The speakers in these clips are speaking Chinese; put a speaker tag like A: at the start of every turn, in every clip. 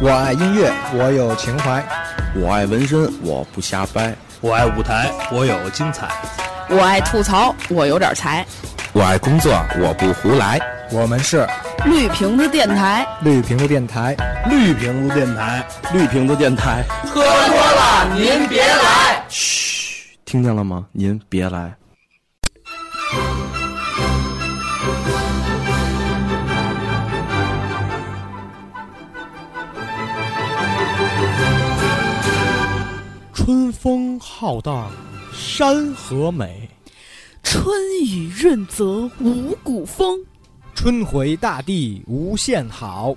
A: 我爱音乐，我有情怀；
B: 我爱纹身，我不瞎掰；
C: 我爱舞台，我有精彩；
D: 我爱吐槽，我有点才；
B: 我爱工作，我不胡来。
A: 我们是
D: 绿瓶子电台，
A: 绿瓶子电台，
C: 绿瓶子电台，
B: 绿瓶子电台。
E: 喝多了您别来！
B: 嘘，听见了吗？您别来。
F: 春风浩荡，山河美；
D: 春雨润泽五谷丰，
F: 春回大地无限好，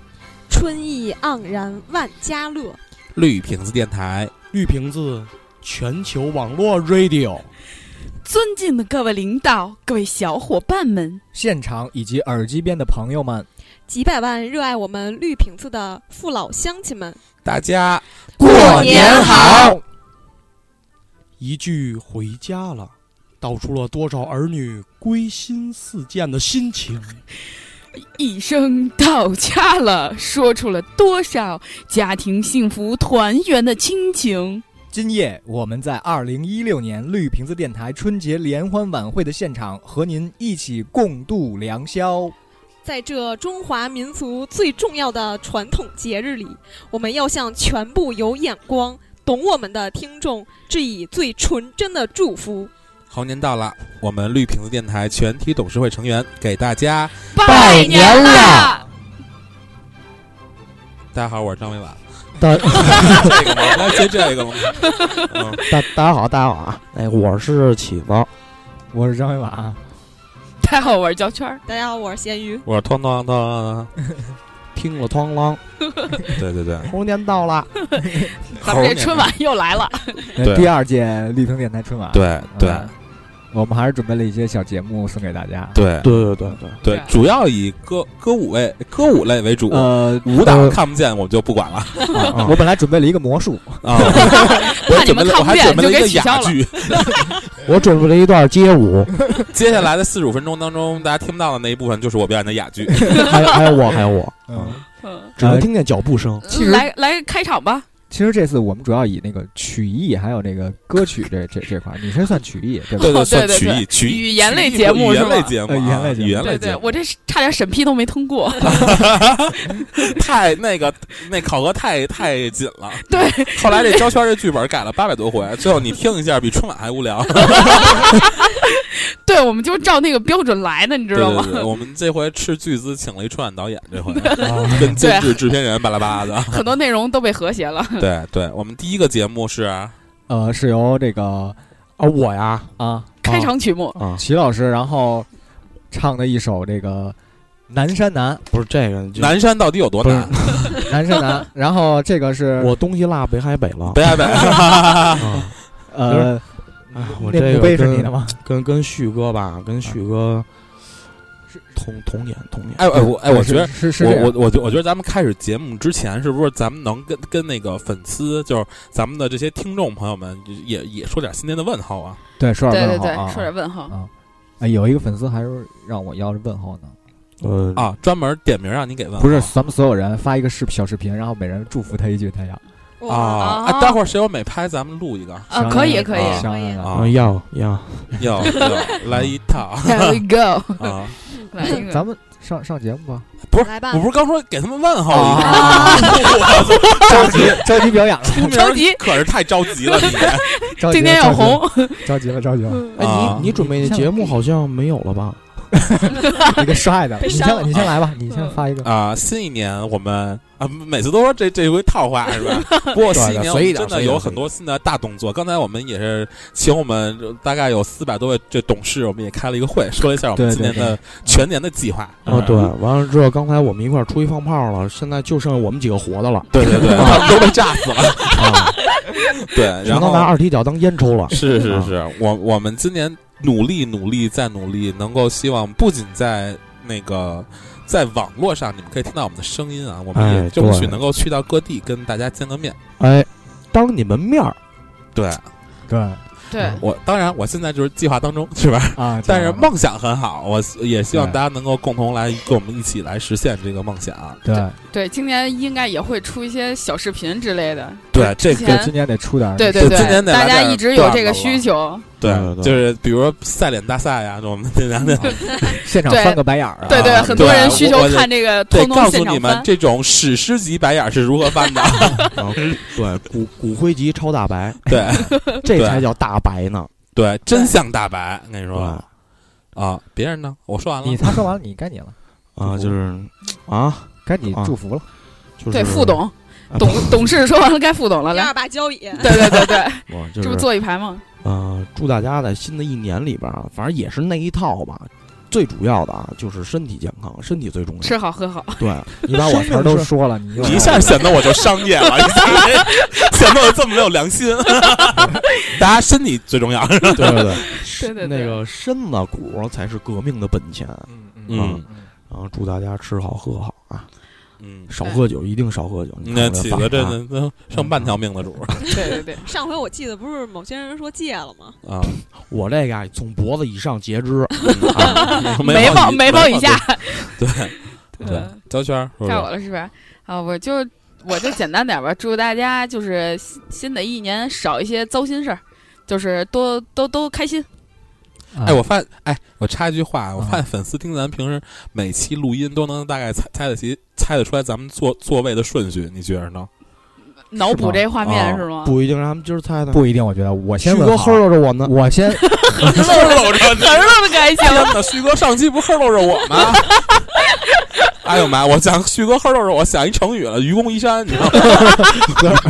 G: 春意盎然万家乐。
H: 绿瓶子电台，
F: 绿瓶子全球网络 radio。
D: 尊敬的各位领导、各位小伙伴们，
F: 现场以及耳机边的朋友们，
G: 几百万热爱我们绿瓶子的父老乡亲们，
H: 大家
E: 过年好！
F: 一句“回家了”，道出了多少儿女归心似箭的心情；
D: 一声“到家了”，说出了多少家庭幸福团圆的亲情。
F: 今夜我们在二零一六年绿瓶子电台春节联欢晚会的现场，和您一起共度良宵。
G: 在这中华民族最重要的传统节日里，我们要向全部有眼光、懂我们的听众致以最纯真的祝福。
H: 猴年到了，我们绿瓶子电台全体董事会成员给大家
E: 拜年啦！
H: 大家好，我是张伟婉。
I: 大
H: 这个吗？来接这个吗？嗯、
I: 大大家好，大家好啊！哎，我是起子，
F: 我是张伟婉。
D: 大家好，我是焦圈儿。
G: 大家好，我是咸鱼。
H: 我是汤汤汤。
I: 听了哐啷，
H: 对对 对，
I: 猴年到了，
D: 咱们这春晚又来 了。
F: 哎第二届绿屏电台春晚，
H: 对对、嗯，
F: 我们还是准备了一些小节目送给大家。
H: 对
I: 对对对对
H: 对，主要以歌歌舞类歌舞类为主。
F: 呃，
H: 舞蹈嗯看不见，我们就不管了。
F: 啊啊、我本来准备了一个魔术
H: 啊，
D: 怕你们看不见就给取 消了。
I: 我准备了一段街 舞，
H: 接下来的四十五分钟当中，大家听不到的那一部分就是我表演的哑剧，
I: 还有还有我，还有我，嗯，只能听见脚步声。
F: 其实
D: 嗯来来开场吧。
F: 其实这次我们主要以那个曲艺还有那个歌曲这这这块，你是算曲艺对吧？
H: 对
D: 对
H: 算曲
D: 艺
H: 曲
D: 语言类节目，
H: 语言类节目，啊
F: 语言类
H: 语言类
D: 节目。我这差点审批都没通 过，
H: 太那个那考核太太紧了。
D: 对，
H: 后来这焦圈这剧本改了八百多回，最后你听一下，比春晚还无聊。
D: 对，我们就照那个标准来的，你知道吗？
H: 对对对我们这回斥巨资请了一春晚导演，这回
F: 啊
H: 跟监制、制片人巴拉巴拉的，
D: 很多内容都被和谐了。
H: 对对，我们第一个节目是，
F: 呃，是由这个啊、
I: 哦、我呀
F: 啊
D: 开场曲目
I: 啊
F: 齐老师，然后唱的一首这个《南山南》，
I: 不是这个、就是、
H: 南山到底有多难？
F: 南山南，然后这个是
I: 我东西落北海北了，
H: 北 哎海北，
I: 啊、
F: 呃。
I: 啊，我这个
F: 杯是你的吗？
I: 跟跟旭哥吧，跟旭哥是同同年同年。
H: 哎哎我哎，我觉得
F: 是是
H: 我我我觉我觉得咱们开始节目之前，是不是咱们能跟跟那个粉丝，就是咱们的这些听众朋友们也，也也说点新年的问候啊？
F: 对，说
D: 点
F: 问候、
D: 啊，对对对，说点问候啊！
F: 哎，有一个粉丝还是让我要问候呢。
I: 呃
H: 啊，专门点名让你给问候，
F: 不是咱们所有人发一个视小视频，然后每人祝福他一句，他要。
H: 啊！哎、啊，待会儿谁有美拍，咱们录一个
D: 啊！可以，可以，
F: 可以
I: 啊！要要
H: 要， 来一套
D: ！Here we go！
H: 啊，
D: 来一个，
F: 咱们上上节目吧？
H: 不是，
G: 来
H: 我不是刚说给他们问候
F: 吗、
H: 啊？
F: 着急， 着急表演了，
H: 出名
D: 着急，
H: 可是太着急了！
F: 你
D: 今天要红，
F: 着急了，着急了！
D: 嗯
I: 哎、
H: 啊，
I: 你你准备的节目好像没有了吧？
F: 你给帅的，你先你先来吧，
D: 嗯
F: 你先发一个
H: 啊！新一年我们啊，每次都说这这回套话是 吧？不过新一年真的有很多新的大动作。刚才我们也是请我们大概有四百多位这董事，我们也开了一个会，说了一下我们今年的全年的计划。
I: 啊，对，完了之后，刚才我们一块儿出去放炮了，现在就剩我们几个活的了。
H: 对对对，他们 都被炸死了。啊、 对，然后
I: 拿二踢脚当烟抽了。
H: 是
J: 啊
H: 是是，啊、我我们今年。努力，努力，再努力，能够希望不仅在那个在网络上你们可以听到我们的声音啊，我们
I: 哎
H: 也争取
I: 对
H: 能够去到各地跟大家见个面。
I: 哎，当你们 面儿，
H: 对
F: 对
D: 对，
H: 我，当然我现在就是计划当中，是吧？
F: 啊，
H: 但是
F: 这样
H: 梦想很好，我也希望
F: 对
H: 大家能够共同来跟我们一起来实现这个梦想。啊
F: 对
D: 对，今年应该也会出一些小视频之类的。
H: 对，这
D: 之
F: 对，今
D: 前
F: 年得出点儿
D: 对
H: 对
D: 对，
H: 今年得来
D: 大家
H: 点
D: 一直有
H: 段
D: 这个
H: 子了
D: 需求，
H: 对
I: 对对
H: 就是比如说赛脸大赛呀，我们那两天
F: 现场
D: 对
F: 翻个白眼儿啊，
D: 对对，
H: 啊
D: 很多
H: 对
D: 人需
H: 我
D: 求
H: 我得
D: 看这个
H: 得
D: 通
H: 告
D: 通
H: 诉
D: 现
H: 你
D: 场
H: 们
D: 翻。
H: 这种史诗级白眼是如何翻的。
I: 然后啊对骨骨灰级超大 白，
H: 对
I: 这
H: 对
I: 才叫大白呢，
H: 对，真相大白，我跟你
I: 是
H: 说
I: 吧？
H: 啊，别人呢？我说完了，
F: 你他说完了，你该你了，
I: 啊，就是啊，
F: 该你
I: 啊
F: 祝福了。
I: 就是
H: 嗯
D: 对，副，董
I: 啊
D: 董董事说完了，该副董了，
G: 第
D: 来
G: 二，把交椅，
D: 对对 对对，
I: 我就
D: 这
I: 是
D: 不坐一排吗？
I: 呃，祝大家在新的一年里边啊，反正也是那一套吧。最主要的啊，就是身体健康，身体最重要。
D: 吃好喝好，
I: 对，
F: 你啊把我词儿都说了，你又
H: 一下显得我就商业了，一下显得我这么没有良心。 大家身体最重要。
I: 对对对，
D: 对对对
I: 那个身子骨才是革命的本钱。
F: 嗯
H: 嗯
I: 然后祝大家吃好喝好啊，
H: 嗯，
I: 少喝酒，一定少喝酒。你看
H: 那
I: 我这
H: 起
I: 反
H: 子这
I: 啊
H: 这都剩半条命的主
D: 对对 对，
G: 上回我记得不是某些人说戒了吗？
H: 啊，
I: 我这个啊从脖子以上 截肢，
H: 啊
D: 眉毛眉毛以下，，
H: 对对
D: 嗯，
H: 焦圈儿是不
D: 该
H: 是
D: 我了是不是？啊，我就我就简单点吧，祝大家就是新新的一年少一些糟心事儿，就是多都都开心。
F: 嗯
H: 哎，我发现，哎，我插一句话，我发现粉丝听咱平时每期录音都能大概猜猜得起，猜得出来咱们座座位的顺序，你觉着呢？
D: 脑补这画面
H: 哦
D: 是吗？
I: 不一定让他们今儿猜的。
F: 不一定，我觉得我
I: 旭
F: 先问
I: 哥
F: 好
I: 呵着我呢，
F: 我先
H: 搂着你
D: 儿子的开心，
H: 真的，旭哥上期不是呵喽着我吗？ 哎呦妈！我想旭哥呵喽着我，想一成语了，愚公移山，你知道吗？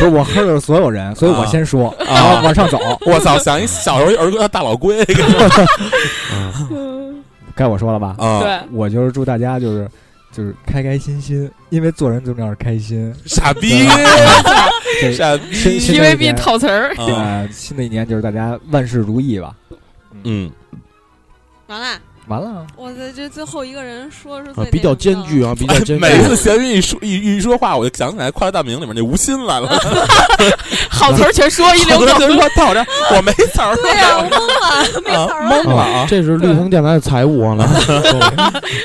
F: 不是我呵着所有人，所以我先说，然后往上走，
H: 我操，想一小时候一儿歌大老龟，
F: 该我说了吧？
H: 啊，
D: 对，
F: 我就是祝大家就是就是开开心心，因为做人最重要是开心。
H: 傻逼，傻
F: 这是啊是
H: 逼，
D: TVB 套 词儿，
H: 啊
F: 呃，新的一年就是大家万事如意吧。
H: 嗯，
G: 完了，
F: 完了，啊
G: 我的这最后一个人说是
I: 啊
G: 最、
I: 比较艰巨
G: 啊。
I: 啊，比较 艰巨。
H: 每次咸鱼一说一一说话，我就想起来《快乐大本营》里面那吴昕来了，
D: 好词儿全说一溜
H: 我
D: 够。
H: 就说 他好像我没词儿，
G: 对啊呀、我懵了，没词儿了。
H: 懵了啊，
I: 这是绿藤电台的财务啊， 来，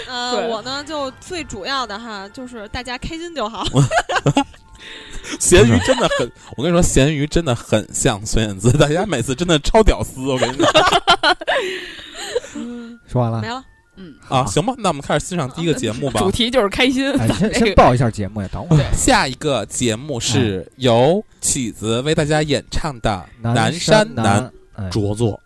G: 呃，
D: 对
G: 我呢就最主要的哈，就是大家开心就好。
H: 咸鱼真的很，我跟你说，咸鱼真的很像孙燕姿，大家每次真的超屌丝，我跟你讲
F: 说完了
G: 没。了，
D: 嗯，
H: 啊，行吧，那我们开始欣赏第一个节目吧
D: 主。题就是开心。
F: 哎，先
D: 这
F: 先
D: 个
F: 报一下节目呀，等会儿。
H: 下一个节目是由启子为大家演唱的《哎南山
F: 山
H: 南》。
F: 南，哎
I: 着作。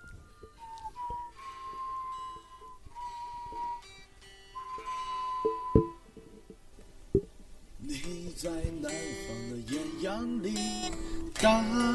K: 你在南方的艳阳里，大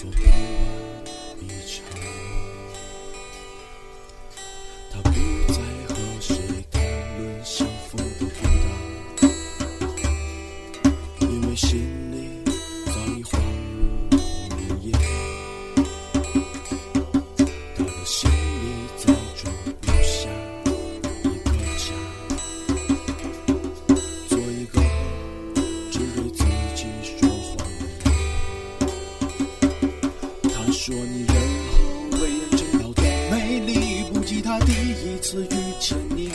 K: 做不完一场梦。他不再和谁谈论相逢的孤岛，因为心里早已荒芜绵延。他的心里再装不下一个家，做一个只对自己说谎的人。他说你人好为人争到的美丽，不及他第一次遇见你。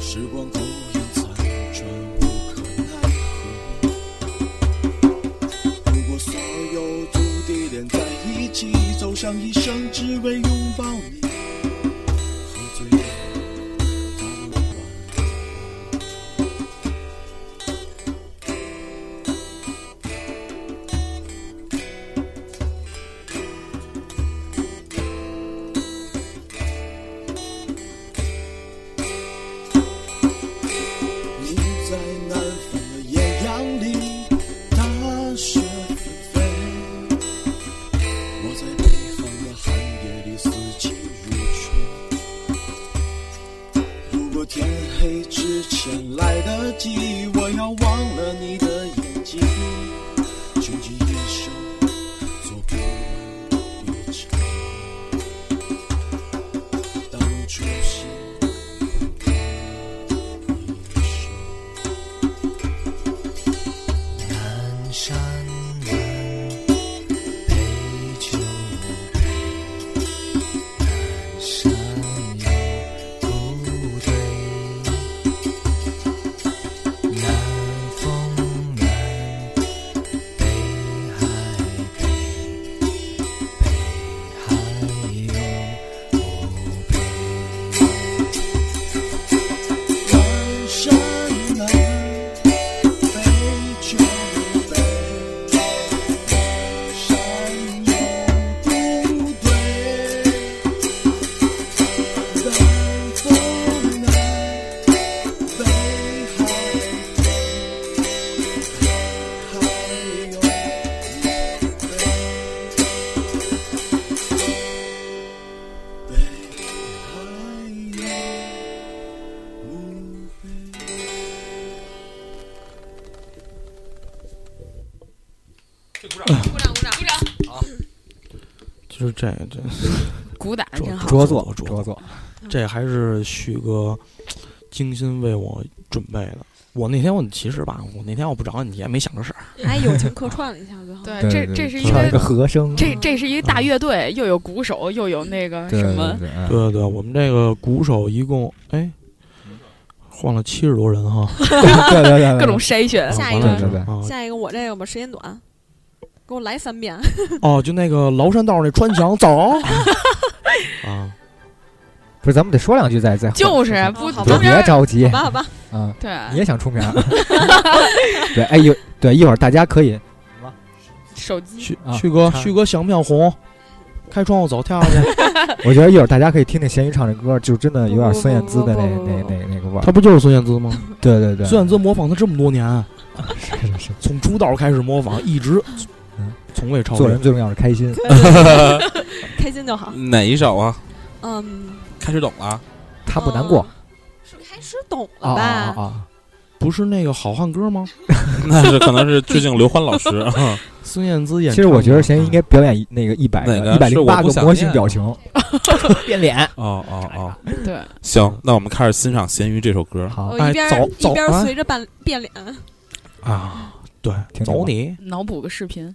K: 时光苟延残喘，无可奈何。如果所有足地连在一起，走上一生只为拥抱你，喝醉了，他能管？你在南方的艳阳里，大雪纷飞；我在北方的寒夜里，四季天黑之前来得及，我要忘了你的眼睛。穷极一生，做不完一场。当初心给你的手，南山南陪酒杯，南山有不对，南风南，北海北，北海有不对，南山南，北酒杯，南山有不对。南风南，北海北，北海有无悲，北海有无悲。
D: 鼓掌，鼓掌，鼓掌，
I: 就是这这
D: 鼓掌，真 好。
F: 着作着作，
I: 这还是旭哥精心为我准备的。我那天我其实吧，我那天我不找你也没想这事儿，
G: 哎，友情客串了一下子哈。
D: 对，
F: 对
D: 这
F: 对
D: 这是一
F: 需要一个
D: 个
F: 和声，
D: 这这是一个大乐队，又有鼓手，又有那个
F: 对
D: 什么，
F: 对哎对
I: 对对对，我们这个鼓手一共哎换了七十多人哈，
F: 对对对，
D: 各种筛选
I: 啊。
G: 下一
I: 完
G: 个
I: 了这
F: 对对
I: 啊
G: 下一个我这个吧，时间短，给我来三遍。
I: 哦，就那个崂山道那穿墙 走啊，
F: 不是咱们得说两句再再
D: 就是不
G: 好吧
D: 中
F: 别
D: 间
F: 着急
G: 好吧，好吧，哎
F: 啊，
D: 对
F: 你也想出名 儿？对，哎有对一会儿大家可以
D: 手机
I: 旭
F: 啊
I: 旭哥
F: 插
I: 旭哥想不想红？开窗户走跳下去，
F: 我觉得一会儿大家可以听听咸鱼唱这歌，就真的有点
G: 不
F: 孙燕姿的
G: 不
F: 那
G: 不不
F: 那
G: 不
F: 那那个味
I: 他
F: 儿。
I: 不就是孙燕姿吗？
F: 对对对，
I: 孙燕姿模仿他这么多 年，
F: 是是是，
I: 从出道开始模仿，一直
F: 嗯
I: 从未超
F: 做
I: 越
F: 人。最重要是开
G: 嗯
F: 心。
G: 开心就好。
H: 哪一首啊？
G: 嗯，
H: 开始懂 了，
F: 他不难过
G: 嗯。是开始懂
F: 啊
G: 了
I: 哦
F: 啊
G: 吧？
F: 啊啊！
I: 不是那个好汉歌吗？
H: 那是可能是致敬刘欢 老师。嗯
I: 孙燕姿演
F: 其
I: 唱的。
F: 实我觉得咸鱼应该表演一那个一百
H: 哪个
F: 一百
H: 是
F: 零
H: 我
F: 八
H: 不
F: 个
H: 想
F: 魔性
H: 念
F: 表情，变脸。
H: 哦哦哦，
D: 对，
H: 行，那我们开始欣赏《咸鱼》这首歌。
F: 好，
G: 我一边
I: 哎走
G: 一边
I: 走啊
G: 随着变变脸，
I: 啊，对，
F: 挺
I: 走你。
D: 脑补个视频，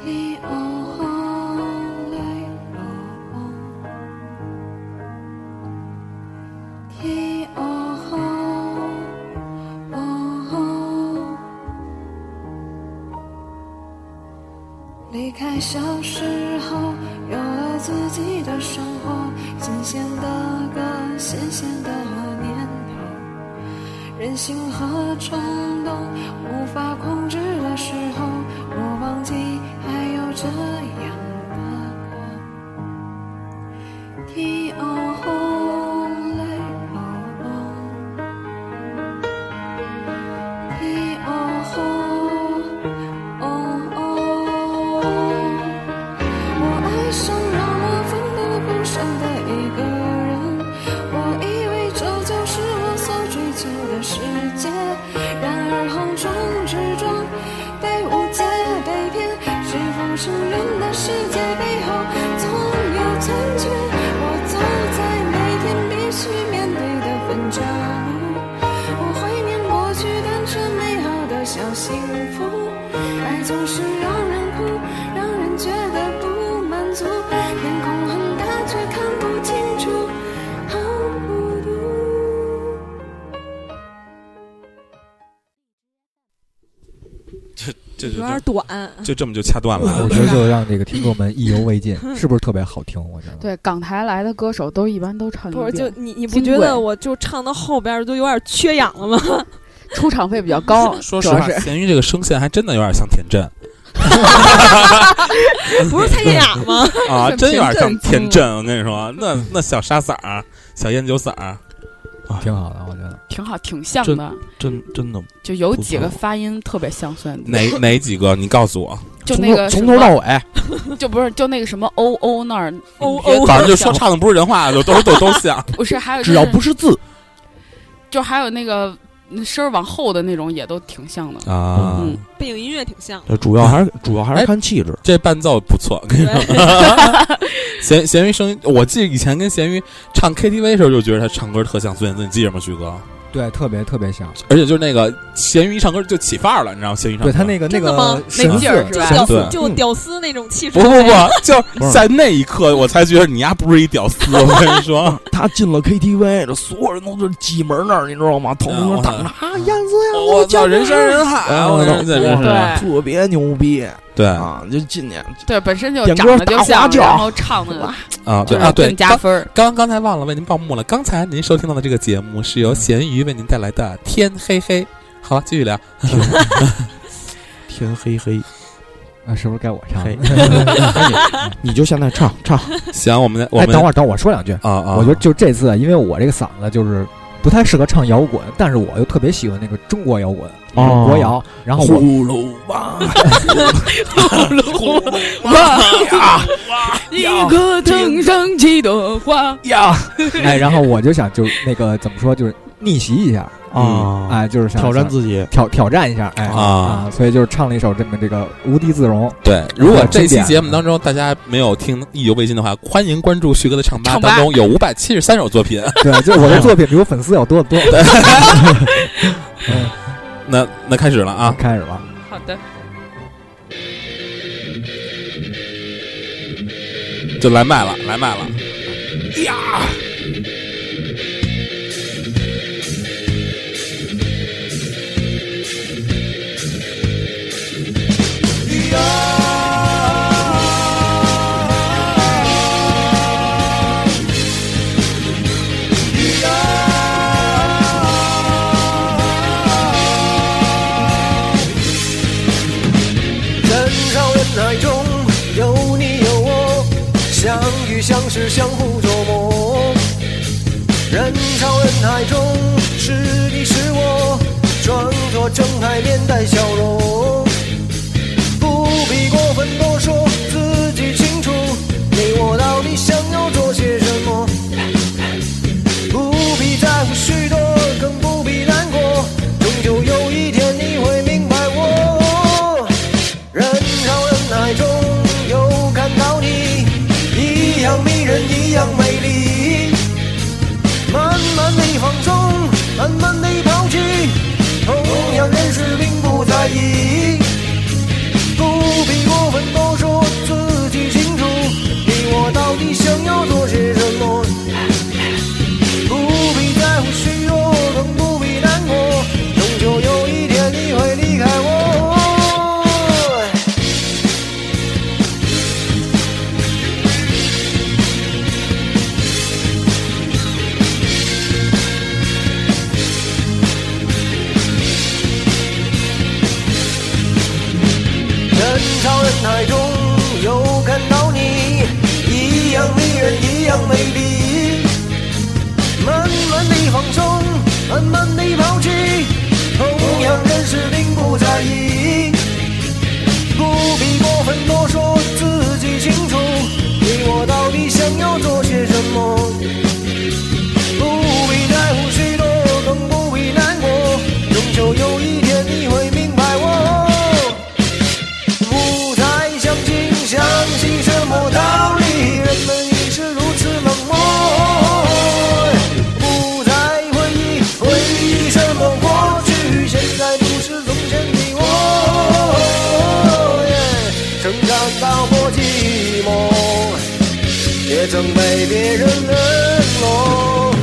L: 的：天空里落哦红，天空。哦，离开小时候，有了自己的生活，新鲜的歌，新鲜的念头，人性和冲动无法控制的时候，我忘记还有这样的歌。听红泪流动。嘿哦吼，哦哦，我爱上让我奋斗不上的一个人，我以为这就是我所追求的世界，然而横冲直撞，被误解被骗，是否成人的世界背后总有残缺？我总。
H: 这
G: 有点短，
H: 就这么就掐断了。
F: 我
G: 啊
F: 觉得就让这个听众们意犹 未尽，是不是特别好听？我觉得
D: 对港台来的歌手都一般都唱一
G: 不
D: 遍
G: 是就你你不觉得我就唱到后边儿就有点缺氧了
H: 嗯
G: 吗？
D: 出场费比较高，
H: 说
D: 主
H: 实
D: 要
H: 话，
D: 是
H: 咸鱼这个声线还真的有点像田震？
G: 不是蔡健雅吗
H: 啊，真有点像田嗯震。我跟你说，那那小沙嗓儿、小烟酒啊嗓儿，
F: 挺好的，我觉得。
D: 挺好，挺像
H: 真
D: 的，
I: 真真的
D: 就有
H: 不
D: 几个
H: 错
D: 发音特别相似。
H: 哪哪几个？你告诉我。
D: 就那个
B: 从头
D: 什么
B: 到尾，
D: 就不是就那个什么欧欧那儿欧
H: 反正就说唱的不是人话，就都都都像。
D: 不是还有
B: 只要
D: 就是
B: 不是字
D: 就还有那个嗯声儿往后的那种也都挺像的
H: 啊
D: 嗯，
G: 背景音乐挺像的。
I: 呃主要还是主要还是看气质。
H: 这伴奏不错，跟你说， 咸咸鱼声音，我记得以前跟咸鱼唱 KTV 的时候就觉得他唱歌特像孙燕姿，你记着吗，徐哥？
F: 对，特别特别像。
H: 而且就是那个咸鱼一唱歌就起范儿了，你知道吗？咸鱼唱歌
F: 对他那个那
G: 真的吗
F: 个神
D: 那劲儿
F: 色
D: 是吧
H: 对
F: 神色，
G: 就
F: 嗯
G: 屌丝那种气质
H: 不
G: 呗，
H: 不不，就
B: 不
H: 在那一刻我才觉得你丫不是一屌丝，我跟你说。
I: 他进了 KTV，这所有人都是挤门那儿，你知道吗？头
H: 嗯
I: 那
H: 我
I: 儿等着，啊，燕子呀，
H: 我操，人山人海啊！我
I: 真
H: 真的是
D: 对
I: 特别牛逼
H: 对啊
I: 啊！就进去，
D: 对，本身就
I: 点
D: 长
I: 歌
D: 得就
I: 打花
D: 像，
I: 轿
D: 然后唱的就
H: 对
D: 是
H: 啊对，
D: 更加
H: 刚
D: 分儿。
H: 刚刚才忘了为您报幕了。刚才您收听到的这个节目是由咸鱼为您带来的《天黑黑》。好了，继续聊。
I: 天黑黑
F: 啊，是不是该我唱？
I: 黑，
H: 哎
I: 你就现在唱唱，
H: 行，我们我
F: 哎，
H: 们
F: 等会儿，等会儿，我说两句。
H: 啊啊！
F: 我觉得就这次啊，因为我这个嗓子就是不太适合唱摇滚，但是我又特别喜欢那个中国摇滚，
I: 哦
F: 国摇。
H: 啊
F: 然后我
I: 葫芦娃，
D: 哇，一个藤上七朵花，
F: 哎，然后我就想就那个怎么说，就是逆袭一下
I: 啊
F: 哎，就是想
I: 挑战
F: 想
I: 自己，
F: 挑挑战一下，哎
H: 啊
F: 所以就是唱了一首这么这个无地自容。
H: 对，如果这
F: 经
H: 期
F: 典啊
H: 节目当中大家没有听意犹未尽的话，欢迎关注旭哥的唱吧，
D: 唱吧
H: 当中有五百七十三首作 品。
F: 对，就是我的作品比我粉丝要多得多。
H: 那那开始了啊！
F: 开始了，
D: 好的，
H: 就来麦了，来麦了。
K: 人潮人海中有你有我，相遇相识相互琢磨。人潮人海中是你是我，装作正太面带笑容。不必过分多说，自己清楚你我到底想要做些什么。不必在乎许多，更不必难过，终究有一天你会明白我。人潮人海中又看到你，一样迷人，一样美丽。慢慢地放纵，慢慢地抛弃，同样认识并不在意。不必过分多说，自己清楚，你我到底想要做些什么。不必在乎虚弱，更不必难过，终究有一天你会离开我。人潮人海中又看到你，一样迷人，一样美丽。慢慢地放纵，慢慢地抛弃，同样认识并不在意。不必过分多说，自己清楚，你我到底想要做些什么。不必在乎许多，更不必难过，终究有一天你会明白我。不再相信，相信什么道理？人们已是如此冷漠。不再回忆，回忆什么过去？现在不是从前的我，耶成长到不寂寞，也曾被别人冷落，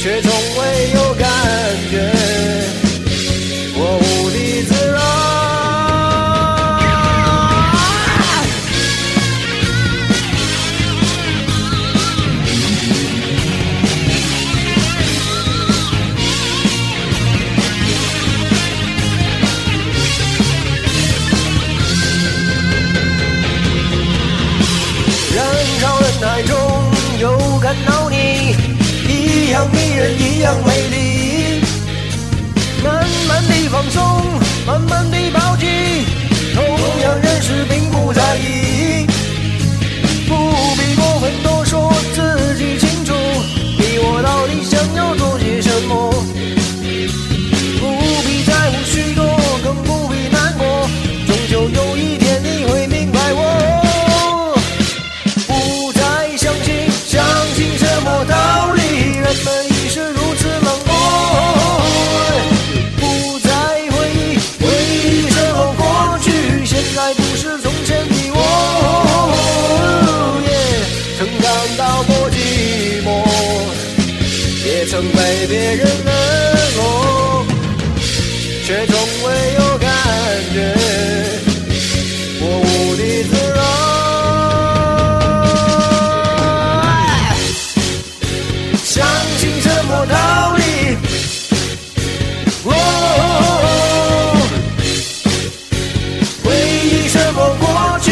K: 却从未有感觉，我无地自容。烦恼你一样迷人，一样美丽。慢慢地放松，慢慢地抛弃，同样认识并不在意。不必过分多说，自己清楚，你我到底想要做些什么。不必在乎许多，更不必难过，终究有一天你会明白我。不再相信，相信什么道理？人们已是如此冷漠。不再回忆，回忆什么过去？现在不是从前的我，也曾感到过寂寞，也曾被别人冷落，却从未有感觉。我无地自容。相信什么道理？哦，回忆什么过去？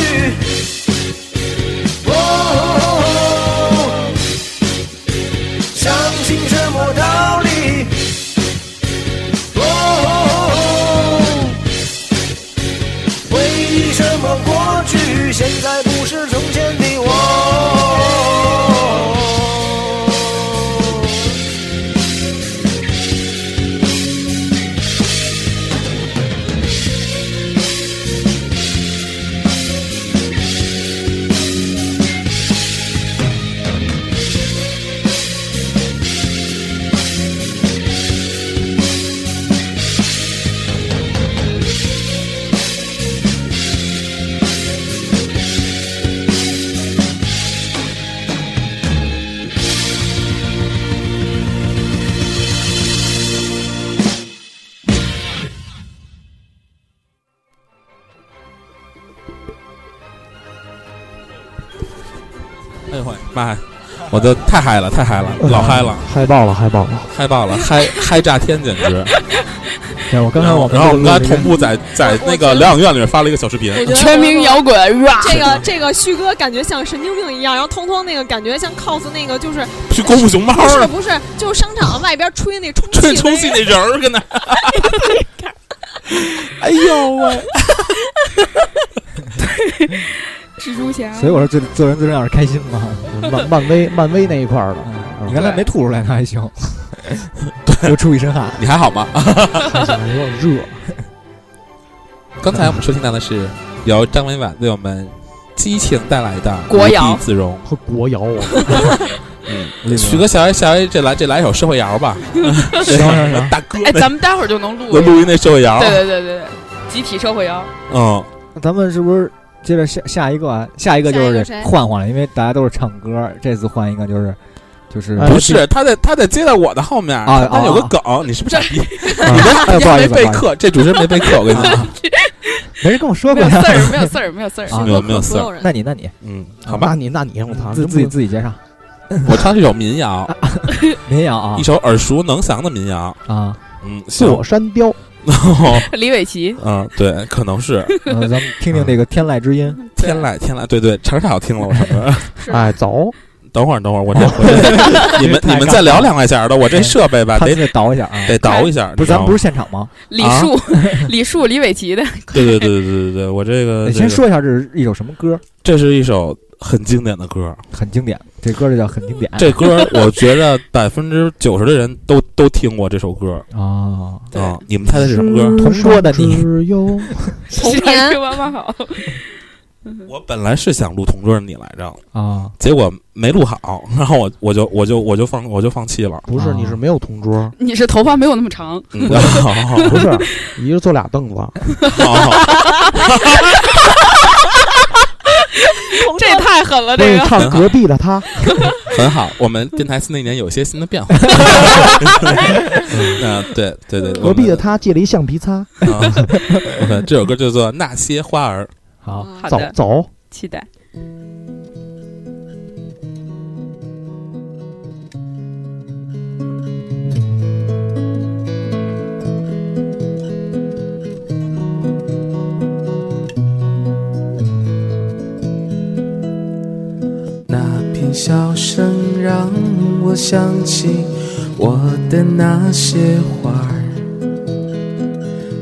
K: 哦，相信什么道理？哦，回忆什么过去？现在不是从前的我。
H: 哎呦喂，妈呀！我都太嗨了，太嗨了，老嗨了，
I: 嗨爆了，嗨爆了！
H: 嗨爆 了，嗨嗨炸天，简直！
I: 对，我刚才
H: 然后
I: 我
H: 然后我们刚才同步在在那个疗养院里面发了一个小视频，
D: 全民摇滚 rap，
G: 这个这个旭哥感觉像神经病一样，然后通通那个感觉像 cos 那个就是
H: 去功夫熊猫
G: 不是
H: 了，
G: 不是，就是商场外边吹那充气
H: 吹
G: 的
H: 充气那人儿跟那，
D: 哎呦喂！蜘蛛侠，
F: 所以我说做做人做人要是开心 嘛，
M: 漫漫威漫威那一块儿的，
H: 嗯
F: 你原来没吐出来 那还行， 就出一身汗。
H: 你还好吗？
I: 有点热。
H: 刚才我们收听到的是由张文婉为我们激情带来的《
D: 国谣
H: 无地自容
I: 和国摇我。》。
F: 啊
H: 嗯，许哥，下回下回这来这来一首社会摇 吧。
I: 行行 行，
H: 大哥
D: 哎，咱们待会儿就能录
H: 那
D: 了。
H: 录音那社会摇
D: 对，对对对对，集体社会摇。
H: 嗯，
F: 那咱们是不是接着下下一个啊？下一个就
D: 下一
F: 是
D: 个谁
F: 得换换了，因为大家都是唱歌，这次换一个就是哎就是
H: 不是他得他得接在我的后面，
F: 啊
H: 他
F: 啊
H: 有个梗，你是不是傻逼？
F: 哎不好意
H: 没
F: 思，
H: 备
F: 不好意思
H: 课，这主持人没备课，我跟你讲，
F: 啊没人跟我说
D: 没
F: 过
D: 有
F: 呀
D: 事。儿，没有事儿，没有事儿。
F: 啊
H: 没有没啊有事儿。
F: 那你那你
H: 嗯，好
I: 好
H: 吧
I: 吧，，你那你我操，
F: 自
I: 真不
F: 自己自己介绍
H: 我唱这首民谣，
F: 民谣啊
H: 一首耳熟能详的民谣。
F: 啊，
H: 嗯，行
I: 坐山雕，
D: 李玮齐，
H: 嗯，对，可能 是
F: 呃 咱们听听这个天籁之音。
H: 天籁，天籁，对对，成少听了，我说。
I: 哎，走，
H: 等会儿，等会儿，我这我这，你们你们再聊两块钱的，我这设备吧，
F: 他
H: 得
F: 得倒一下啊，
H: 得倒一下，
F: 不是
H: 你知
F: 咱
H: 道
F: 们
H: 吗
F: 不是现场吗？
D: 李
H: 啊
D: 树，李树，李玮齐的。
H: 对对对对对对，我这个
F: 你
H: 这
F: 先
H: 个
F: 说一下这是一首什么歌，
H: 这是一首很经典的歌，
F: 很经典，这歌就叫很经典。
H: 这歌我觉得百分之九十的人都都听过这首歌
F: 啊，
H: 啊。你们猜猜是什么歌？
F: 同桌的你
I: 只有
G: 童年
D: Q 妈妈好。
H: 我本来是想录《同桌的你》来着，
F: 啊，
H: 结果没录好，然后我我就我就我就放我就放弃了。
I: 不是，
F: 啊
I: 你是没有同 桌，
D: 你是头发没有那么长，
H: 嗯，好好
I: 不是，你一人坐俩凳子，
D: 啊
H: 好好，
D: 这也太狠了，
I: 所
D: 这
I: 以
D: 个。
I: 唱隔壁的 他，
H: 很好。我们电台新的一年有一些新的变化。嗯，对对对，
I: 隔壁的他借了一橡皮擦，
H: 啊，OK，这首歌叫做《那些花儿》。
F: 好，
G: 嗯
D: 好
I: 走
D: 的，
I: 走，
D: 期待。
K: 那片小
J: 笑声让我想起我的那些花儿，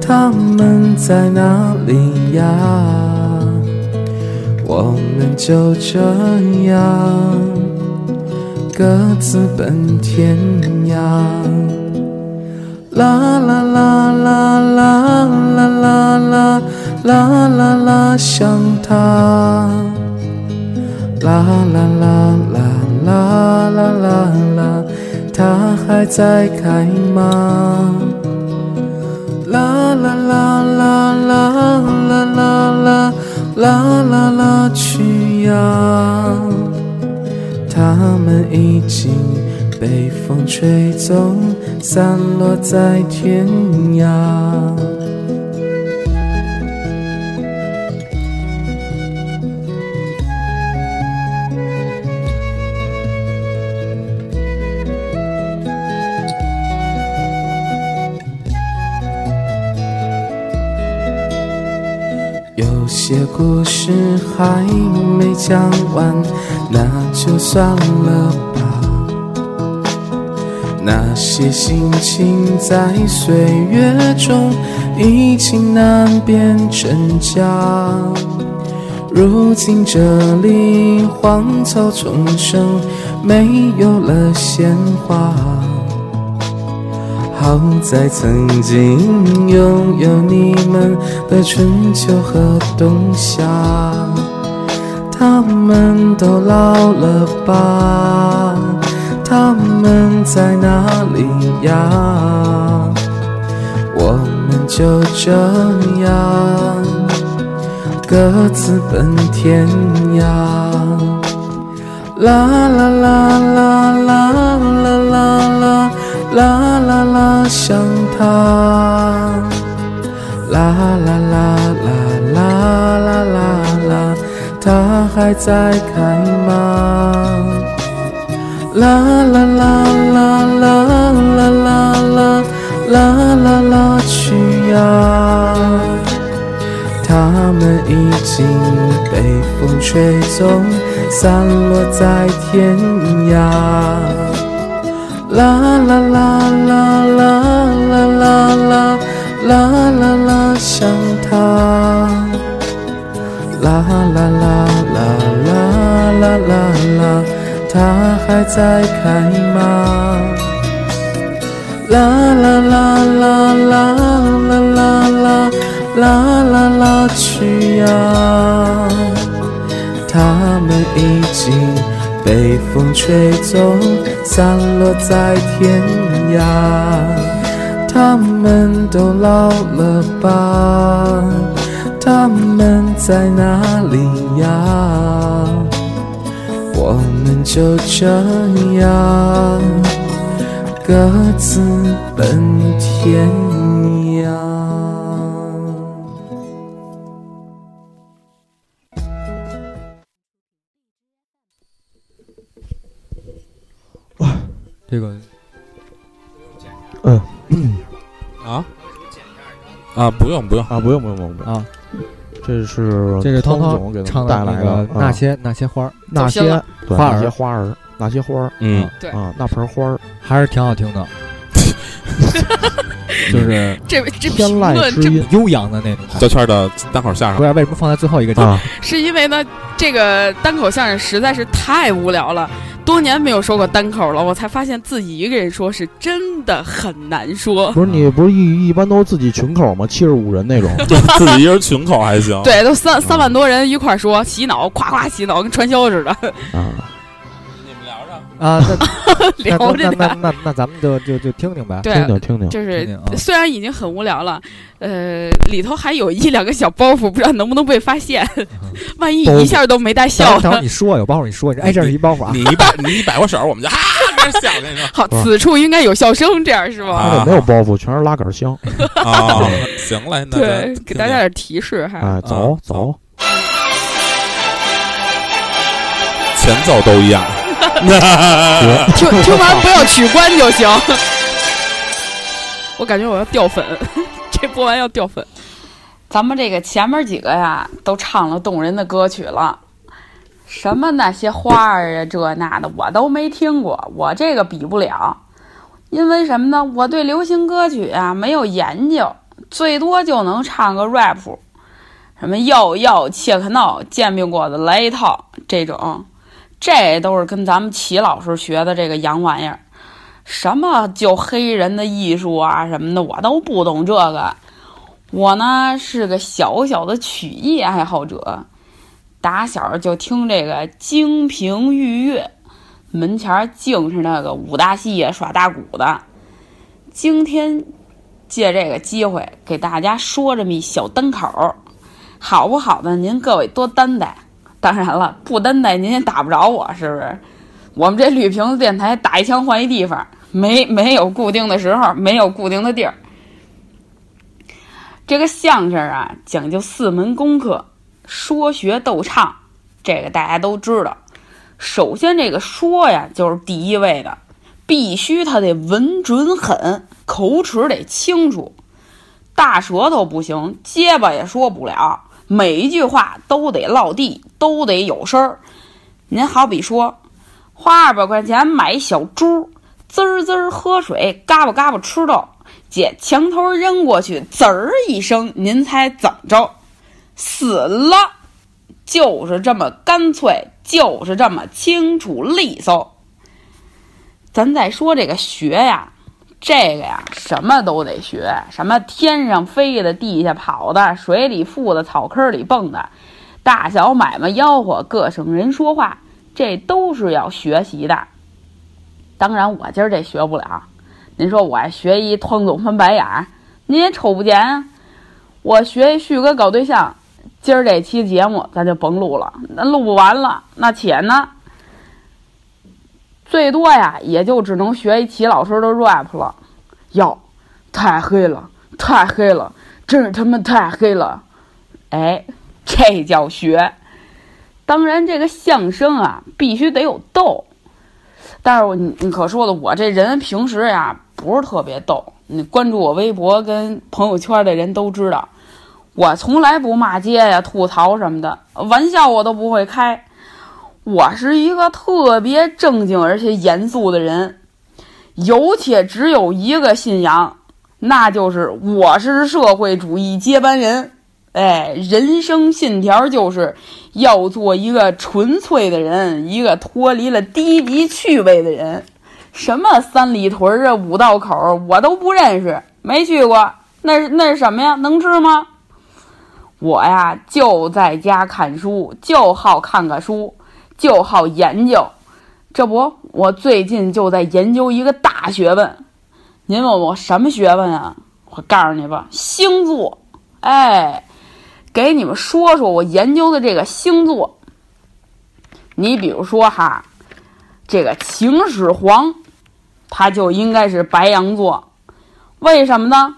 J: 他们在哪里呀？我们就这样各自奔天涯。啦啦啦啦啦啦啦啦。啦啦啦，想他。啦啦啦啦啦啦啦啦，它还在开吗？啦啦啦啦啦啦啦啦啦啦啦，去呀！它们已经被风吹走，散落在天涯。有些故事还没讲完，那就算了吧。那些心情在岁月中已经难辨真假。如今这里荒草丛生，没有了鲜花。好在曾经拥有你们的春秋和冬夏，他们都老了吧？他们在哪里呀？我们就这样各自奔天涯。啦啦啦啦啦啦啦啦啦啦啦，想他。啦啦啦啦啦啦啦啦，他还在开吗？啦啦啦啦啦啦啦啦啦啦啦，去呀！他们已经被风吹走，散落在天涯。啦啦啦啦啦啦啦啦啦啦啦，想他。啦啦啦啦啦啦啦啦，他还在开吗？啦啦啦啦啦啦啦啦啦啦啦去呀！他们已经被风吹走，散落在天涯。他们都老了吧？他们在哪里呀？我们就这样各自奔天涯。
F: 这个
I: 嗯
H: 啊啊，不用不用
I: 啊，不用不用不用不用
F: 啊，
I: 这是
F: 这是
I: 汤
F: 汤
I: 总给
F: 汤
I: 咱
F: 唱
I: 们
F: 的
I: 带来
F: 那个
I: 的
F: 那
I: 啊
F: 些那些花儿，
I: 那
D: 走心
I: 些
D: 了
I: 对
F: 花
I: 那些
F: 儿
I: 花儿那些花儿
H: 嗯，
D: 对，
I: 啊，那盆花儿
F: 还是挺好听 的，就是
D: 这这
I: 天
D: 评
I: 籁
D: 论
I: 之
D: 这
I: 音
F: 悠扬的那种。
H: 焦圈的单口相声
F: 不知道为什么放在最后一个节目
I: 啊，
D: 是因为呢，这个单口相声实在是太无聊了，多年没有说过单口了，我才发现自己一个人说是真的很难说。
F: 哦
I: 不是你不是一一般都是自己群口吗？七十五人那 种，
H: 自己一人群口还行。
D: 对，都三三万多人一块儿说洗脑，夸夸洗脑，跟传销似的
I: 啊，
H: 你们聊着，
F: 啊，那
D: 聊
F: 那
D: 着
F: 那那
D: 呢。
F: 那那咱们就就就听听呗。
I: 听
D: 对，
I: 听听听，
D: 就是
F: 听听啊
D: 虽然已经很无聊了，呃，里头还有一两个小包袱，不知道能不能被发现。万一
F: 嗯包袱
D: 一下都没带
F: 等会
D: 笑
F: 儿等会儿
D: 呢？
F: 你说有包袱，你说你哎这是一包袱啊
H: 你一百你一摆过手，我们就哈啊开始想，我跟 你说，
D: 好，
F: 嗯
D: 此处应该有笑声，这样是吗？
H: 啊
I: 那里没有包袱，全是拉杆箱。
H: 哦，行了，那咱
D: 对，给大家点提示哈。
H: 啊
I: 哎，走走，
H: 前奏都一样。
D: 听听完不要取关就行。我感觉我要掉粉，这播完要掉粉。
N: 咱们这个前面几个呀，都唱了动人的歌曲了，什么那些花儿啊，这那的我都没听过，我这个比不了，因为什么呢？我对流行歌曲啊没有研究，最多就能唱个 rap，什么又又切克闹，煎饼果子来一套这种，这都是跟咱们齐老师学的这个洋玩意儿，什么就黑人的艺术啊什么的，我都不懂这个。我呢是个小小的曲艺爱好者，打小就听这个《金瓶玉月》，门前儿净是那个武大戏呀、耍大鼓的。今天借这个机会给大家说这么一小单口儿，好不好呢？您各位多担待。当然了，不担待您也打不着我，是不是？我们这绿瓶子电台打一枪换一地方，没没有固定的时候，没有固定的地儿。这个相声啊，讲究四门功课：说、学、逗、唱。这个大家都知道。首先，这个说呀，就是第一位的，必须他得稳准狠，口齿得清楚，大舌头不行，结巴也说不了，每一句话都得落地，都得有声儿。您好比说，花二百块钱买一小猪，滋儿滋儿喝水，嘎巴嘎巴吃豆。姐墙头扔过去，滋儿一声，您猜怎么着？死了，就是这么干脆，就是这么清楚利索。咱再说这个学呀，这个呀，什么都得学，什么天上飞的、地下跑的、水里浮的、草坑里蹦的，大小买卖吆喝、各省人说话，这都是要学习的。当然，我今儿这学不了。您说我学一汤总翻白眼儿，您也瞅不见啊。我学一旭哥搞对象，今儿这期节目咱就甭录了，那录不完了，那且呢，最多呀也就只能学一齐老师的 rap 了。哟，太黑了，太黑了，真是他妈太黑了！哎，这叫学。当然，这个相声啊，必须得有逗。但是我你你可说了，我这人平时呀不是特别逗。你关注我微博跟朋友圈的人都知道，我从来不骂街呀、吐槽什么的，玩笑我都不会开。我是一个特别正经而且严肃的人，有且只有一个信仰，那就是我是社会主义接班人。哎，人生信条就是要做一个纯粹的人，一个脱离了低级趣味的人。什么三里屯啊、五道口，我都不认识，没去过。那是那是什么呀？能吃吗？我呀，就在家看书，就好看看书，就好研究。这不，我最近就在研究一个大学问。您问我什么学问啊？我告诉你吧，星座。哎。给你们说说我研究的这个星座。你比如说哈，这个秦始皇，他就应该是白羊座，为什么呢？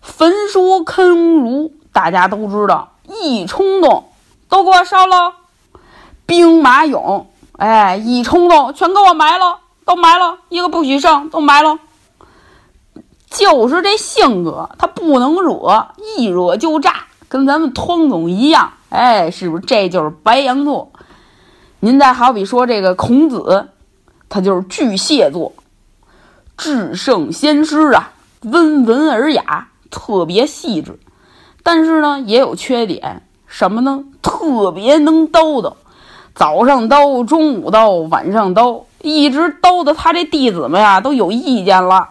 N: 焚书坑儒，大家都知道，一冲动都给我烧喽；兵马俑，哎，一冲动全给我埋了，都埋了，一个不许剩，都埋了。就是这性格，他不能惹，一惹就炸。跟咱们汤总一样，哎，是不是这就是白羊座？您再好比说这个孔子，他就是巨蟹座，至圣先师啊，温文尔雅，特别细致。但是呢，也有缺点，什么呢？特别能叨叨，早上叨，中午叨，晚上叨，一直叨叨他这弟子们啊呀都有意见了。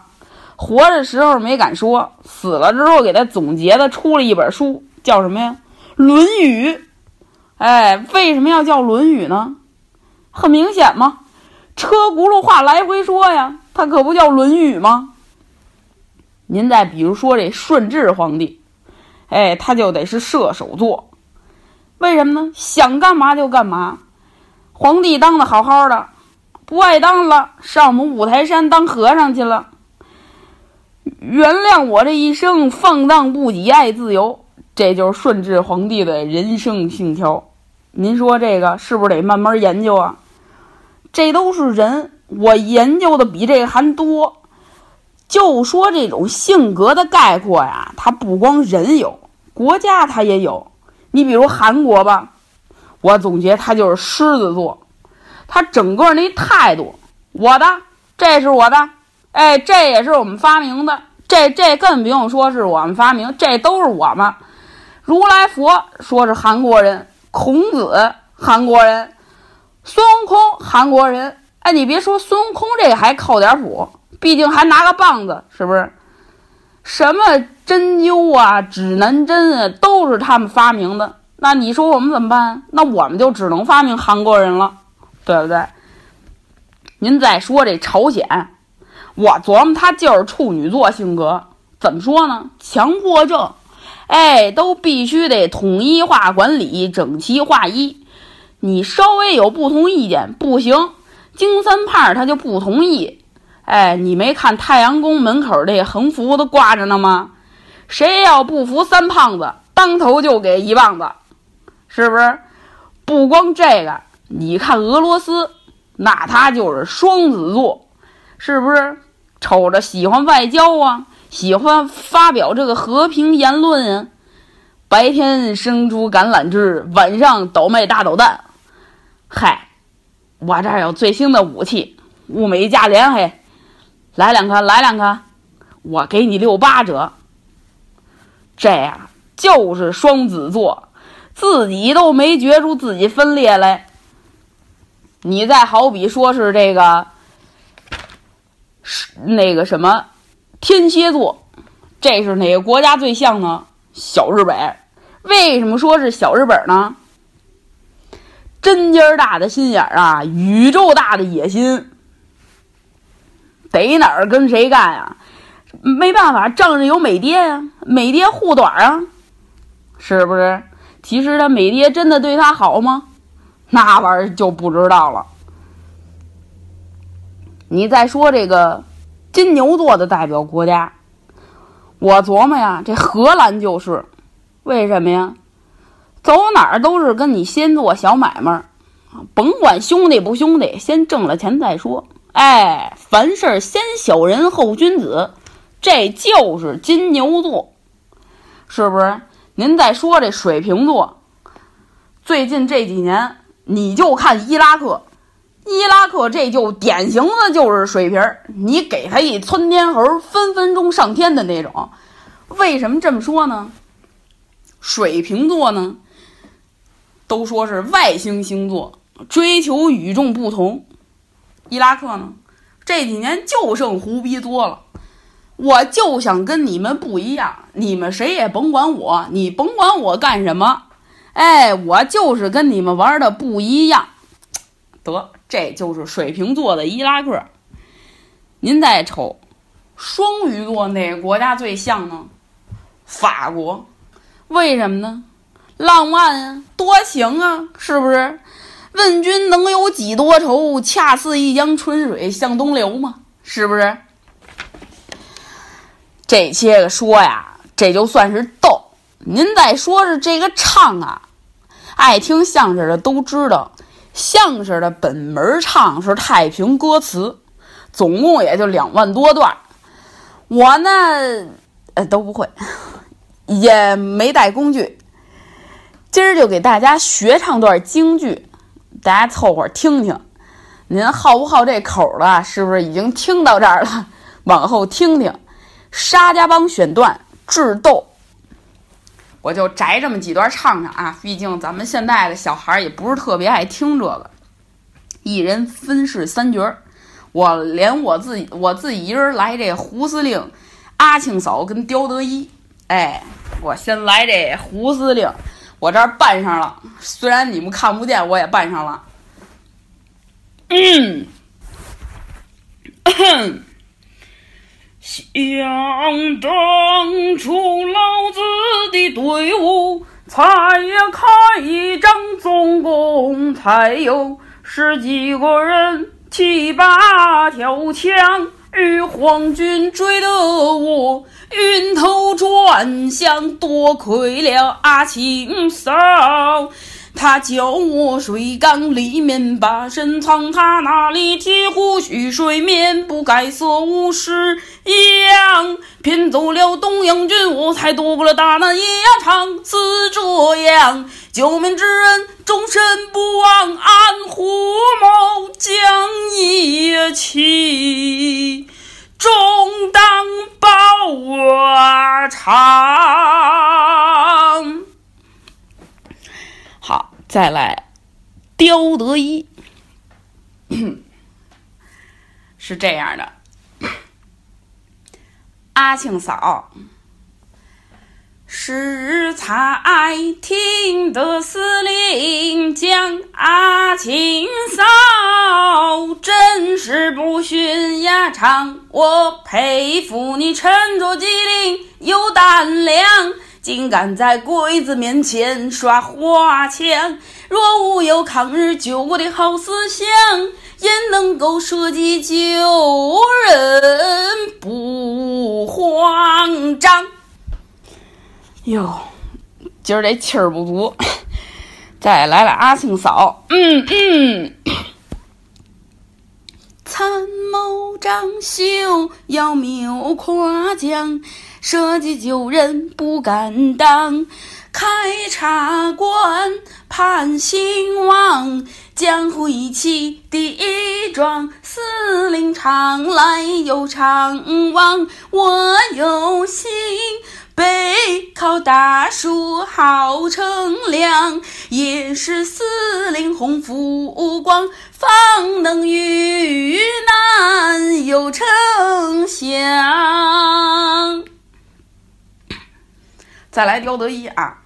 N: 活着时候没敢说，死了之后给他总结的出了一本书。叫什么呀？《论语》。哎，为什么要叫《论语》呢？很明显嘛，车轱辘话来回说呀，它可不叫《论语》吗？您再比如说这顺治皇帝，哎，他就得是射手座，为什么呢？想干嘛就干嘛，皇帝当的好好的，不爱当了，上我们五台山当和尚去了。原谅我这一生放荡不羁，爱自由，这就是顺治皇帝的人生信条。您说这个是不是得慢慢研究啊？这都是人，我研究的比这个还多。就说这种性格的概括呀，它不光人有，国家它也有。你比如韩国吧，我总结它就是狮子座，它整个那态度，我的，这是我的，哎，这也是我们发明的，这这更不用说是我们发明，这都是我们。如来佛说是韩国人，孔子韩国人，孙悟空韩国人。哎，你别说孙悟空这个还靠点谱，毕竟还拿个棒子，是不是？什么针灸啊、指南针啊，都是他们发明的。那你说我们怎么办？那我们就只能发明韩国人了，对不对？您再说这朝鲜，我琢磨他就是处女座性格，怎么说呢？强迫症，哎，都必须得统一化管理，整齐划一。你稍微有不同意见不行，京三胖他就不同意。哎，你没看太阳宫门口这横幅都挂着呢吗？谁要不服三胖子，当头就给一棒子，是不是？不光这个，你看俄罗斯，那他就是双子座，是不是？瞅着喜欢外交啊，喜欢发表这个和平言论啊，白天生出橄榄枝，晚上倒卖大导弹。嗨，我这儿有最新的武器，物美价廉，嘿。来两颗，来两颗，我给你六八折。这呀，就是双子座，自己都没觉出自己分裂来。你再好比说是这个，是那个什么，天蝎座，这是哪个国家最像呢？小日本。为什么说是小日本呢？针尖儿大的心眼儿啊，宇宙大的野心。逮哪儿跟谁干呀、啊？没办法，仗着有美爹呀、啊，美爹护短啊，是不是？其实他美爹真的对他好吗？那玩意儿就不知道了。你再说这个金牛座的代表国家，我琢磨呀，这荷兰就是，为什么呀？走哪儿都是跟你先做小买卖，啊甭管兄弟不兄弟，先挣了钱再说。哎，凡事先小人后君子，这就是金牛座，是不是？您再说这水瓶座，最近这几年你就看伊拉克，伊拉克这就典型的就是水瓶儿，你给他一窜天猴，分分钟上天的那种。为什么这么说呢？水瓶座呢，都说是外星星座，追求与众不同。伊拉克呢，这几年就剩胡逼多了。我就想跟你们不一样，你们谁也甭管我，你甭管我干什么，哎，我就是跟你们玩的不一样。得，这就是水瓶座的伊拉克。您再瞅，双鱼座哪个国家最像呢？法国。为什么呢？浪漫啊，多情啊，是不是？问君能有几多愁？恰似一江春水向东流嘛，是不是？这些个说呀，这就算是逗。您再说是这个唱啊，爱听相声的都知道，相声的本门唱是太平歌词，总共也就两万多段。我呢，呃，都不会， 也没带工具。今儿就给大家学唱段京剧。大家凑合听听，您好不好这口了？是不是已经听到这儿了？往后听听，《沙家浜选段·智斗》，我就摘这么几段唱唱啊。毕竟咱们现在的小孩也不是特别爱听这个。一人分饰三角儿，我连我自己我自己一人来这胡司令、阿庆嫂跟刁德一。哎，我先来这胡司令。我这儿扮上了，虽然你们看不见，我也扮上了。嗯，
O: 想当初，老子的队伍才开张总共才有十几个人，
N: 七八条枪，与皇军追得我晕头转向，多亏了阿青嫂。他教我水缸里面把身藏，他那里铁壶须水面不改色无式样，骗走了东阳郡，我才躲过了大难一场。似这样，救命之恩终身不忘，安胡谋将一起，终当报我偿。好，再来，刁德一是这样的，阿庆嫂。是才听得司令讲，阿庆嫂真是不寻家常。我佩服你沉着机灵有胆量，竟敢在鬼子面前耍花枪。若无有抗日救国的好思想，也能够舍己救人不慌张。哟，
P: 今儿这气儿不足，再来了阿庆嫂。嗯嗯，
N: 参谋长袖要谬夸奖，舍己救人不敢当。开茶馆盼兴旺，江湖义气第一桩。司令常来又常往，我有心。背靠大树好乘凉，也是四令红福光，方能遇难有丞相。
P: 再来刁德一啊！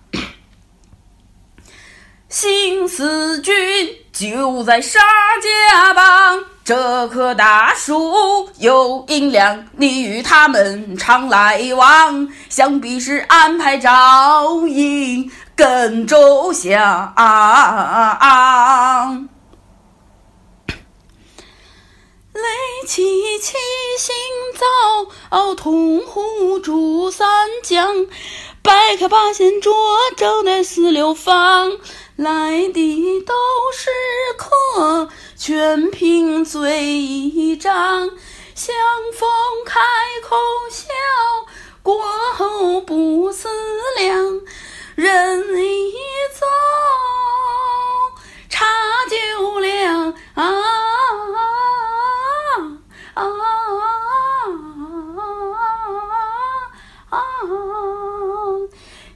N: 新四军就在沙家浜，这棵大树有阴凉，你与他们常来往，想必是安排照应跟周详。擂起七星哦灶，铜壶煮三江。百开八仙桌，招待四六方，来的都是客，全凭嘴一张。相逢开口笑，过后不思量。人一走，茶就凉。啊啊！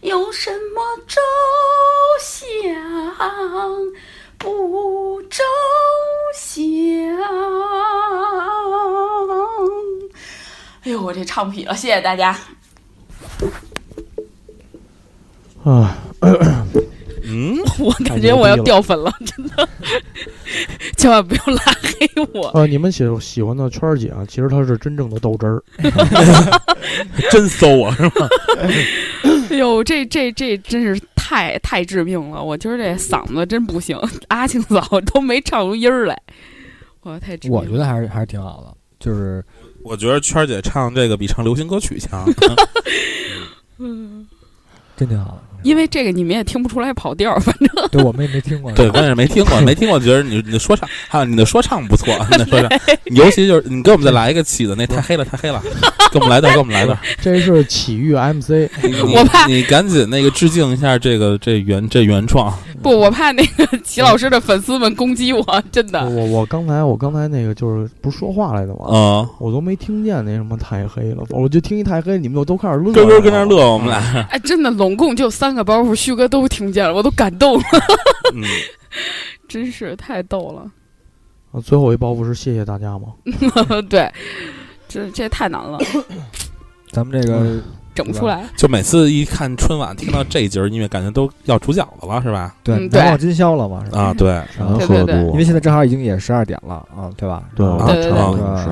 N: 有什么周详不周详？哎呦，我这唱劈了，谢谢大家。
I: 啊，
K: 嗯，
D: 我感觉我要掉粉了，真的， 千万不要拉黑我。
I: 呃，你们喜喜欢的圈儿姐啊，其实她是真正的豆汁儿，
K: 真馊啊，是吗？
D: 哎呦，这这这真是太太致命了！我今儿这嗓子真不行，阿庆嫂都没唱出音儿来，我太致命
F: 我
D: 了
F: 觉得还是还是挺好的，就是
H: 我觉得圈儿姐唱这个比唱流行歌曲强。
D: 嗯，
F: 真挺好
D: 因为这个你们也听不出来跑调，反正
F: 的。对，我们也没听过。
H: 对，但是没听过，没听过，觉得你你的说唱，还有你的说唱不错，你的说唱，尤其就是你给我们再来一个起子，那太黑了，太黑了，给我们来段，给我们 来段。
I: 这是启遇 MC，
H: 你你赶紧那个致敬一下这个这原这原创，
D: 不，我怕那个 齐老师的粉丝们攻击我，真的。
I: 我我刚才我刚才那个就是不是说话来的吗？
H: 啊，
I: 我都没听见那什么太黑了，我就听一太黑，你们就都开始乐了，
H: 咯咯跟那乐，我们俩。
D: 哎，真的，拢共就三个包袱，旭哥都听见了，我都感动了，
H: 嗯，
D: 真是太逗了。
I: 啊最后一包袱是谢谢大家吗？
D: 对，这这太难了，
F: 咱们这
I: 嗯
F: 个
D: 整不出来。
H: 就每次一看春晚，听到这一节儿音乐，感觉都要煮饺子了，是吧？
F: 对
D: 嗯对
F: 难忘今宵了嘛，是吧？
H: 啊，对，
I: 然
D: 对
I: 后
D: 对对
F: 因为现在正好已经也十二点了啊，对吧？
I: 对
F: 然后
I: 啊
D: 对对对
I: 差不多
F: 对
I: 是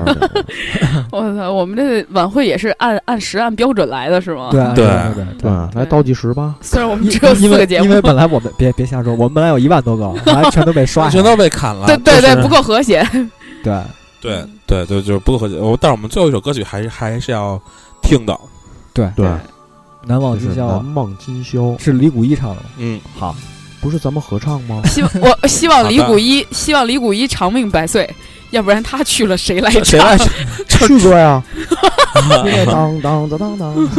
I: 这样
D: 我操，我们这晚会也是按按时按标准来的是吗？
F: 对啊
H: 对
F: 对对对。
I: 对，来倒计时吧。
D: 虽然我们
F: 因
D: 只有四
F: 因
D: 个
F: 为
D: 节
F: 因
D: 目
F: 为，本来我们别别瞎说，我们本来有一万多个，后来全都被刷下
H: 全
F: 来了。
H: 都被砍了，
D: 对对对，
H: 就是
D: 不够和谐。
A: 对，
H: 对对对，就是不和谐。我但是我们最后一首歌曲还是还是要听的，
A: 对
I: 对，
A: 难忘今宵啊，
I: 难忘今宵
A: 是李谷一唱的吗？
H: 嗯，
A: 好，
I: 不是咱们合唱吗？
D: 希望我希望李谷一，希望李谷一长命百岁，要不然他去了谁来 唱？
I: 谁来去 过呀？
E: 当当当当当，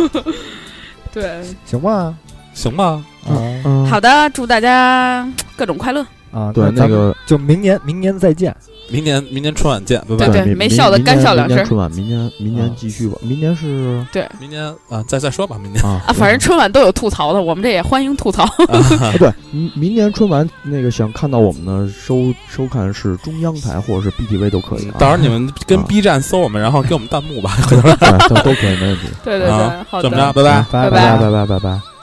D: 对，
A: 行吧，
H: 行吧，
I: 嗯
F: 嗯
A: 啊
D: 好的，祝大家各种快乐。
A: 啊，
I: 对
A: 咱们
I: 那个
A: 就明年明年再见，
H: 明年明年春晚见，拜拜。
D: 对
I: 明
D: 没笑的
I: 明
D: 干笑两
I: 明年
D: 声
I: 春晚明年明年继续吧，明年 是
D: 对
H: 明年啊，再再说吧，明年
I: 啊
D: 啊，反正春晚都有吐槽的，我们这也欢迎吐槽。
I: 啊对，明明年春晚那个想看到我们的收收看是中央台或者是 BTV 都
D: 嗯
I: 可以啊，
H: 到时候你们跟
I: 啊
H: B 站搜我们，然后 给我们弹幕吧。
I: 哎对都都可以没问题。
D: 对对对
H: 啊，
D: 好
H: 怎么着？
D: 的，
H: 拜拜。
I: 拜
D: 拜
I: 拜拜拜拜拜。